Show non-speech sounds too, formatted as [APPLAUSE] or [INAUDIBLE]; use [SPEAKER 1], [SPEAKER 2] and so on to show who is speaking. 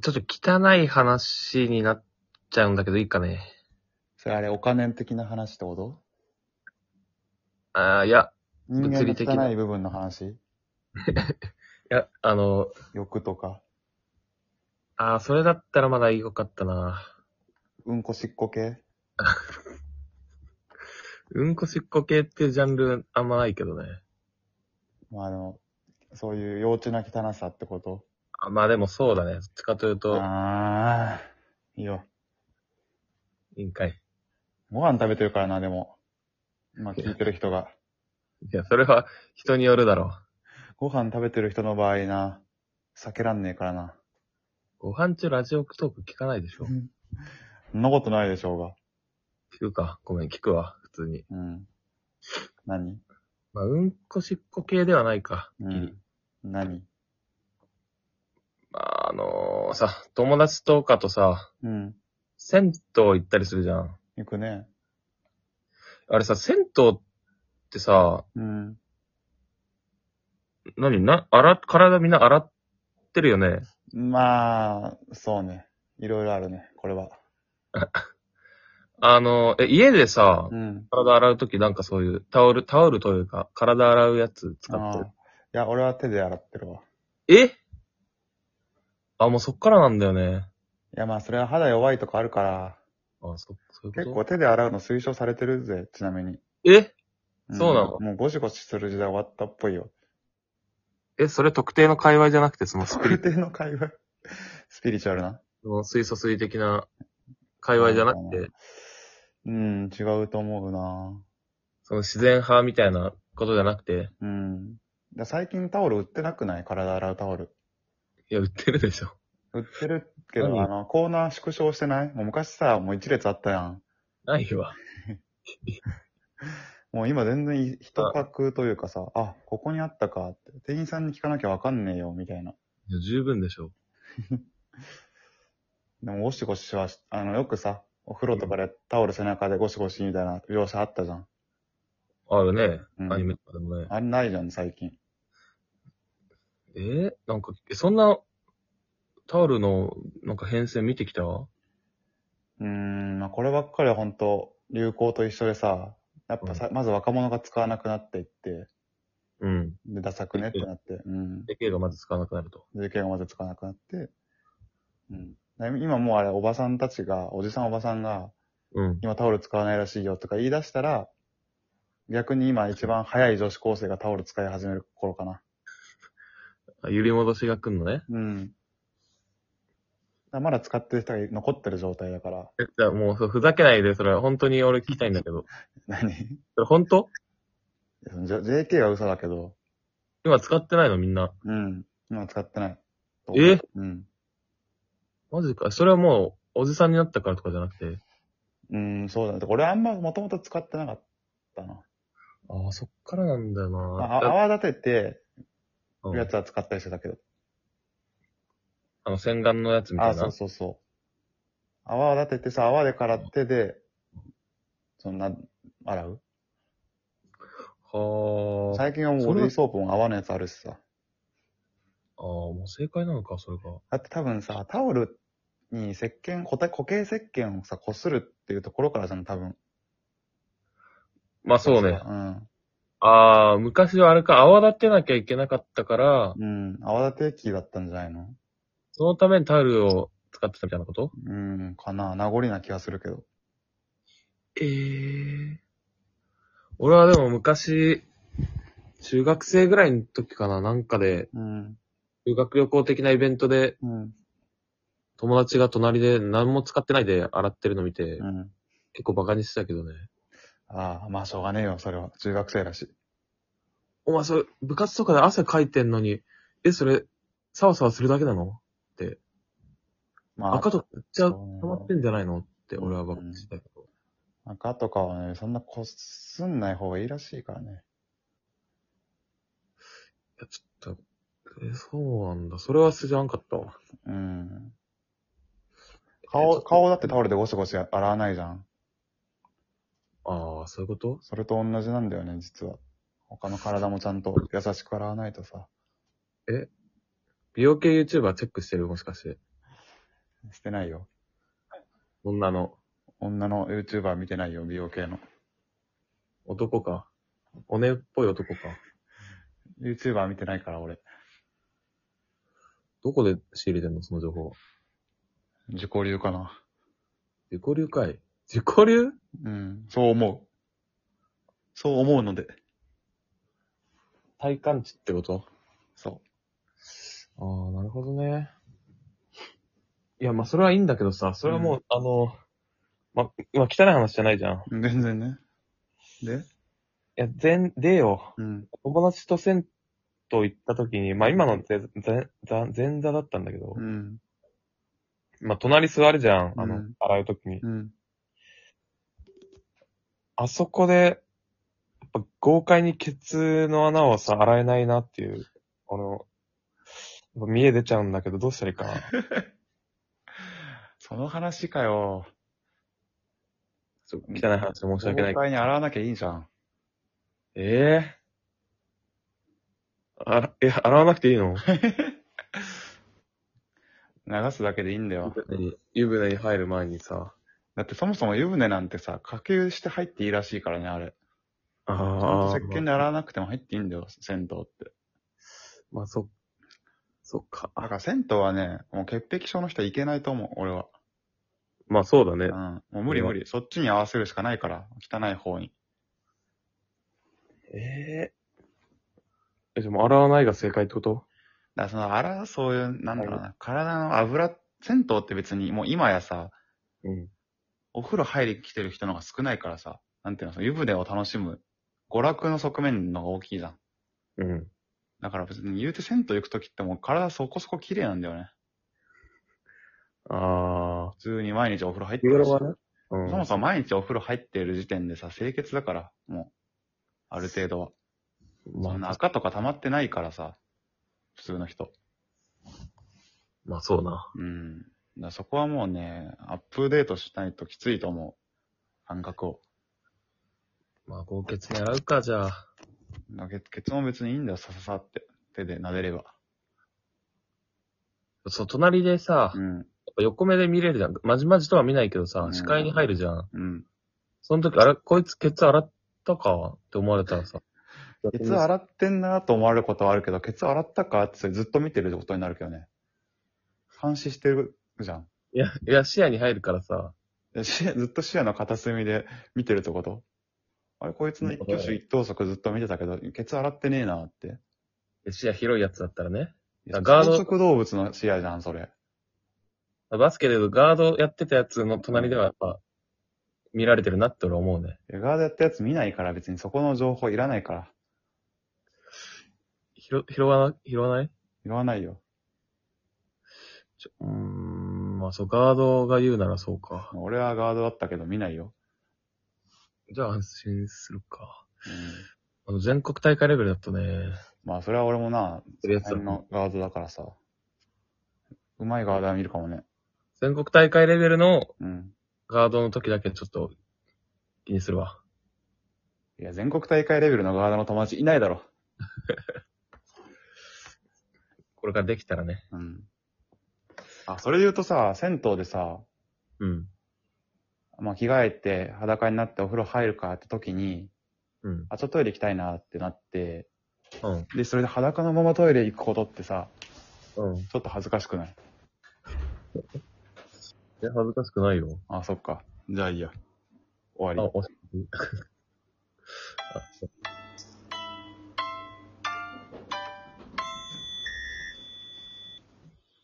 [SPEAKER 1] ちょっと汚い話になっちゃうんだけど、いいかね。
[SPEAKER 2] それあれ、お金的な話ってこと
[SPEAKER 1] ああ、いや、
[SPEAKER 2] 人間
[SPEAKER 1] 物理的な
[SPEAKER 2] の汚い部分の話
[SPEAKER 1] いや、あの、
[SPEAKER 2] 欲とか、
[SPEAKER 1] ああ、それだったらまだ良かったな。
[SPEAKER 2] うんこしっこ系
[SPEAKER 1] うんこしっこ系っていうジャンルあんまないけどね。
[SPEAKER 2] まあ、あの、そういう幼稚な汚さってこと
[SPEAKER 1] あまあでもそうだね。どっちかというと、
[SPEAKER 2] ああ、いいよ。
[SPEAKER 1] いいんかい。
[SPEAKER 2] ご飯食べてるからな、でも。まあ、聞いてる人が。
[SPEAKER 1] いや、それは人によるだろ
[SPEAKER 2] ご飯食べてる人の場合な、避けらんねえからな。
[SPEAKER 1] う。ご飯中ラジオトーク聞かないでしょ。っ
[SPEAKER 2] そんなことないでしょうが。
[SPEAKER 1] ていうか、ごめん、聞くわ、普通に。
[SPEAKER 2] うん。何
[SPEAKER 1] まあ、うんこしっこ系ではないか。
[SPEAKER 2] う
[SPEAKER 1] ギ
[SPEAKER 2] ん
[SPEAKER 1] リ。
[SPEAKER 2] 何
[SPEAKER 1] まあ、あのーさ、友達とかとさ、
[SPEAKER 2] うん。
[SPEAKER 1] 銭湯行ったりするじゃん。
[SPEAKER 2] 行くね。
[SPEAKER 1] あれさ、銭湯ってさ、
[SPEAKER 2] うん。
[SPEAKER 1] 何な、洗っ、体みんな洗ってるよね。
[SPEAKER 2] まあ、そうね。いろいろあるね、これは。
[SPEAKER 1] あの、え、家でさ、
[SPEAKER 2] うん。
[SPEAKER 1] 体洗うときなんかそういう、タオル、タオルというか、体洗うやつ使っ
[SPEAKER 2] ああ。いや、俺は手で洗ってるわ。い
[SPEAKER 1] てる。えあ、もうそっからなんだよね。
[SPEAKER 2] や、まあ、それは肌弱いとかあるから、
[SPEAKER 1] あ、そ、そういう
[SPEAKER 2] 結
[SPEAKER 1] こ
[SPEAKER 2] 構
[SPEAKER 1] と
[SPEAKER 2] 手で洗うの推奨されてるぜ、ちなみに。
[SPEAKER 1] え
[SPEAKER 2] ん
[SPEAKER 1] そうなの
[SPEAKER 2] もうゴシゴシする時代終わったっぽいよ。
[SPEAKER 1] え、それ特定の界隈じゃなくて、その
[SPEAKER 2] [LAUGHS]
[SPEAKER 1] スピリ
[SPEAKER 2] 特定の会話。スピリチュアルな。
[SPEAKER 1] [LAUGHS] その水素水的な界隈じゃなくて、
[SPEAKER 2] うん、違うと思うな
[SPEAKER 1] その自然派みたいなことじゃなくて、
[SPEAKER 2] うん。だ最近タオル売ってなくない体洗うタオル。
[SPEAKER 1] いや、売ってるでしょ。
[SPEAKER 2] 売ってるけ
[SPEAKER 1] 何
[SPEAKER 2] ど、あの、コーナー縮小してないもう昔さ、もう一列あったやん。
[SPEAKER 1] ないわ。
[SPEAKER 2] もう今全然い一パックというかさ、あ、ここにあったかって、店員さんに聞かなきゃわかんねえよ、みたいな。
[SPEAKER 1] いや、十分でしょ。
[SPEAKER 2] でもゴシゴシはし、あの、よくさ、お風呂とかでタオル背中でゴシゴシみたいな描写あったじゃん。
[SPEAKER 1] あるね。
[SPEAKER 2] うん
[SPEAKER 1] アニメとかでもね。
[SPEAKER 2] あれないじゃん、最近。
[SPEAKER 1] えーなんか、えそんな、タオルの、なんか変遷見てきた
[SPEAKER 2] うーん、まあこればっかりは本当流行と一緒でさ、やっぱさ、まず若者が使わなくなっていって、
[SPEAKER 1] うん。
[SPEAKER 2] で、ダサくねってなって、うん。
[SPEAKER 1] でけえがまず使わなくなると。
[SPEAKER 2] で、けがまず使わなくなって、うん。で今もうあれ、おばさんたちが、おじさんおばさんが、
[SPEAKER 1] うん。
[SPEAKER 2] 今タオル使わないらしいよとか言い出したら、逆に今一番早い女子高生がタオル使い始める頃かな。
[SPEAKER 1] あ揺り戻しが来んのね。
[SPEAKER 2] うん。だからまだ使ってる人が残ってる状態だから。 [LAUGHS]
[SPEAKER 1] え、じゃあもうそう、ふざけないで、それは本当に俺聞きたいんだけど。
[SPEAKER 2] 何
[SPEAKER 1] [LAUGHS] それ本当
[SPEAKER 2] J- ?JK は嘘だけど、
[SPEAKER 1] 今使ってないのみんな。
[SPEAKER 2] うん。今使ってない。
[SPEAKER 1] え
[SPEAKER 2] うん。
[SPEAKER 1] マジか。それはもう、おじさんになったからとかじゃなくて。
[SPEAKER 2] うん、そうだね。俺あんまもともと使ってなかったな。
[SPEAKER 1] ああ、そっからなんだよな。
[SPEAKER 2] まあ、あ泡立てて
[SPEAKER 1] うん
[SPEAKER 2] るやつは使ったりしてたけど。
[SPEAKER 1] あの、洗顔のやつみた
[SPEAKER 2] あ、
[SPEAKER 1] いな。
[SPEAKER 2] そうそうそう。泡を立ててさ、泡でから手で、そんな、洗う
[SPEAKER 1] はあ。あ
[SPEAKER 2] 最近はもう
[SPEAKER 1] そ
[SPEAKER 2] ボ
[SPEAKER 1] れ
[SPEAKER 2] デ
[SPEAKER 1] は
[SPEAKER 2] ィーソープも泡のやつあるしさ。
[SPEAKER 1] あー、もう正解なのか、それが。
[SPEAKER 2] だって多分さ、タオルに石鹸、固体、固形石鹸をさ、こするっていうところからじゃん、多分。
[SPEAKER 1] まあそうね。
[SPEAKER 2] うん。
[SPEAKER 1] ああ、昔はあれか、泡立てなきゃいけなかったから、
[SPEAKER 2] うん。泡立て器だったんじゃないの
[SPEAKER 1] そのためにタオルを使ってたみたいなこと
[SPEAKER 2] うん、かな。名残な気がするけど。
[SPEAKER 1] ええ俺はでも昔、中学生ぐらいの時かな、なんかで、
[SPEAKER 2] うん。
[SPEAKER 1] 修学旅行的なイベントで、
[SPEAKER 2] うん。
[SPEAKER 1] 友達が隣で何も使ってないで洗ってるの見て、
[SPEAKER 2] うん。
[SPEAKER 1] 結構バカにしてたけどね。
[SPEAKER 2] ああ、まあしょうがねえよ、それは。中学生だし。
[SPEAKER 1] お前それ、部活とかで汗かいてんのに、え、それ、サワサワするだけなの
[SPEAKER 2] まあ、
[SPEAKER 1] 赤とかめっちゃ溜
[SPEAKER 2] そう
[SPEAKER 1] まってんじゃないのって俺はバカにしてたけど。
[SPEAKER 2] 赤とかはね、そんなこすんない方がいいらしいからね。
[SPEAKER 1] いや、ちょっと、え、そうなんだ。それは知らんかったわ。
[SPEAKER 2] うん。顔、顔だってタオルでゴシゴシ洗わないじゃん。
[SPEAKER 1] ああ、そういうこと
[SPEAKER 2] それと同じなんだよね、実は。他の体もちゃんと優しく洗わないとさ。
[SPEAKER 1] 美容系 YouTuber チェックしてるもしかして。
[SPEAKER 2] してないよ。
[SPEAKER 1] 女の
[SPEAKER 2] 女の YouTuber 見てないよ、美容系の。
[SPEAKER 1] 男か。おねっぽい男か。
[SPEAKER 2] YouTuber 見てないから、俺。
[SPEAKER 1] どこで仕入れてんのその情報。
[SPEAKER 2] 自己流かな。
[SPEAKER 1] 自己流かい。自己流
[SPEAKER 2] うん、そう思う。そう思うので。
[SPEAKER 1] 体感値ってこと
[SPEAKER 2] そ。
[SPEAKER 1] ああ、なるほどね。いや、まあ、それはいいんだけどさ、それはもう、あの、ま、まあ、汚い話じゃないじゃん。いう
[SPEAKER 2] 全然ね。で
[SPEAKER 1] や、全、でよ、
[SPEAKER 2] うん。
[SPEAKER 1] 友達と銭湯行った時に、まあ、今のぜ、ぜ、ざ前座だったんだけど、
[SPEAKER 2] うん。
[SPEAKER 1] まあ、隣座るじゃん、あの、
[SPEAKER 2] うん
[SPEAKER 1] 洗う時に。
[SPEAKER 2] うん。
[SPEAKER 1] あそこで、やっぱ豪快にケツの穴をさ、洗えないなっていう、あの、やっぱ見え出ちゃうんだけど、どうしたらいい [LAUGHS] かな。
[SPEAKER 2] その話かよ。
[SPEAKER 1] ちょっと汚い話で申し訳ないけど
[SPEAKER 2] 豪快に洗わなきゃいいじゃん。
[SPEAKER 1] ええあら、え、洗わなくていい [LAUGHS] の
[SPEAKER 2] 流すだけでいいんだ
[SPEAKER 1] 湯
[SPEAKER 2] よ。
[SPEAKER 1] 船に湯船に入る前にさ。
[SPEAKER 2] だってそもそも湯船なんてさ、下級して入っていいらしいからね、あれ。ちゃん
[SPEAKER 1] あ
[SPEAKER 2] と
[SPEAKER 1] あ。
[SPEAKER 2] 石鹸で洗わなくても入っていいんだよ、銭湯って。
[SPEAKER 1] まあ、そ、そっか。
[SPEAKER 2] だから銭湯はね、もう潔癖症の人はいけないと思う、俺は。
[SPEAKER 1] まあ、そうだ
[SPEAKER 2] う
[SPEAKER 1] ね
[SPEAKER 2] ん。。もう無理無理。そっちに合わせるしかないから、汚い方に。
[SPEAKER 1] えええ、でも洗わないが正解ってこと
[SPEAKER 2] だからその、洗う、そういう、なんだろうな、体の油、銭湯って別に、もう今やさ、
[SPEAKER 1] うん。
[SPEAKER 2] お風呂入りきてる人の方が少ないからさ、なんていうの、その湯船を楽しむ、娯楽の側面の方が大きいじゃん。
[SPEAKER 1] うん。
[SPEAKER 2] だから別に言うて銭湯行くときってもう体そこそこ綺麗なんだよね。
[SPEAKER 1] ああ。
[SPEAKER 2] 普通に毎日お風呂入って
[SPEAKER 1] 日
[SPEAKER 2] るし
[SPEAKER 1] 頃はね。うん。
[SPEAKER 2] そもそも毎日お風呂入ってる時点でさ、清潔だから、もう。ある程度は。そん
[SPEAKER 1] ま
[SPEAKER 2] な
[SPEAKER 1] あ、
[SPEAKER 2] 赤とか溜まってないからさ、普通の人。
[SPEAKER 1] まあ、そうな。
[SPEAKER 2] うん。だからそこはもうね、アップデートしないときついと思う。感覚を。
[SPEAKER 1] まあ、豪傑に洗うか、じゃあ。
[SPEAKER 2] だけケツも別にいいんだよ、さささって。手で撫でれば。
[SPEAKER 1] そう、隣でさ、
[SPEAKER 2] う
[SPEAKER 1] やっ
[SPEAKER 2] ん。
[SPEAKER 1] ぱ横目で見れるじゃん。まじまじとは見ないけどさ
[SPEAKER 2] う、ん
[SPEAKER 1] 視界に入るじゃん。
[SPEAKER 2] うん。
[SPEAKER 1] その時、あれ、こいつケツ洗ったかって思われたらさ。
[SPEAKER 2] ケツ洗ってんなと思われることはあるけど、ケツ洗ったかってそれずっと見てるってことになるけどね。監視してるじゃん。
[SPEAKER 1] いや、いや、視野に入るからさ。
[SPEAKER 2] で視 [LAUGHS] 野ずっと視野の片隅で見てるってことあれ、こいつの一挙手一投足ずっと見てたけど、ケツ洗ってねえなって。
[SPEAKER 1] 視野広いやつだったらね。
[SPEAKER 2] いや
[SPEAKER 1] ガード
[SPEAKER 2] 草食動物の視野じゃん、それ。
[SPEAKER 1] バスケで言うとガードやってたやつの隣ではやっぱ、見られてるなって俺は思うね。
[SPEAKER 2] いやガードやったやつ見ないから別にそこの情報いらないから。
[SPEAKER 1] 拾、拾わな、拾わない
[SPEAKER 2] 言わないよ。
[SPEAKER 1] ちょうーん、まあそう、ガードが言うならそうか。
[SPEAKER 2] 俺はガードだったけど見ないよ。
[SPEAKER 1] じゃあ安心するか。あ
[SPEAKER 2] うん。
[SPEAKER 1] の、全国大会レベルだとね、
[SPEAKER 2] まあ、それは俺もな、
[SPEAKER 1] するやつ
[SPEAKER 2] 自
[SPEAKER 1] だ
[SPEAKER 2] 分のガードだからさ。うまいガードは見るかもね。
[SPEAKER 1] 全国大会レベルの
[SPEAKER 2] うん。
[SPEAKER 1] ガードの時だけちょっと気にするわ。
[SPEAKER 2] いや、全国大会レベルのガードの友達いないだろ。
[SPEAKER 1] これからできたらね。
[SPEAKER 2] うん。あ、それで言うとさ、銭湯でさ、
[SPEAKER 1] うん。
[SPEAKER 2] まあ、着替えて裸になってお風呂入るかって時に、
[SPEAKER 1] うん。
[SPEAKER 2] あ、ちょっとトイレ行きたいなってなって、
[SPEAKER 1] うん。
[SPEAKER 2] で、それで裸のままトイレ行くことってさ、
[SPEAKER 1] うん。
[SPEAKER 2] ちょっと恥ずかしくない
[SPEAKER 1] え、恥ずかしくないよ。
[SPEAKER 2] あ、そっか。じゃあいいや。終わり
[SPEAKER 1] あ、。おしあ、そう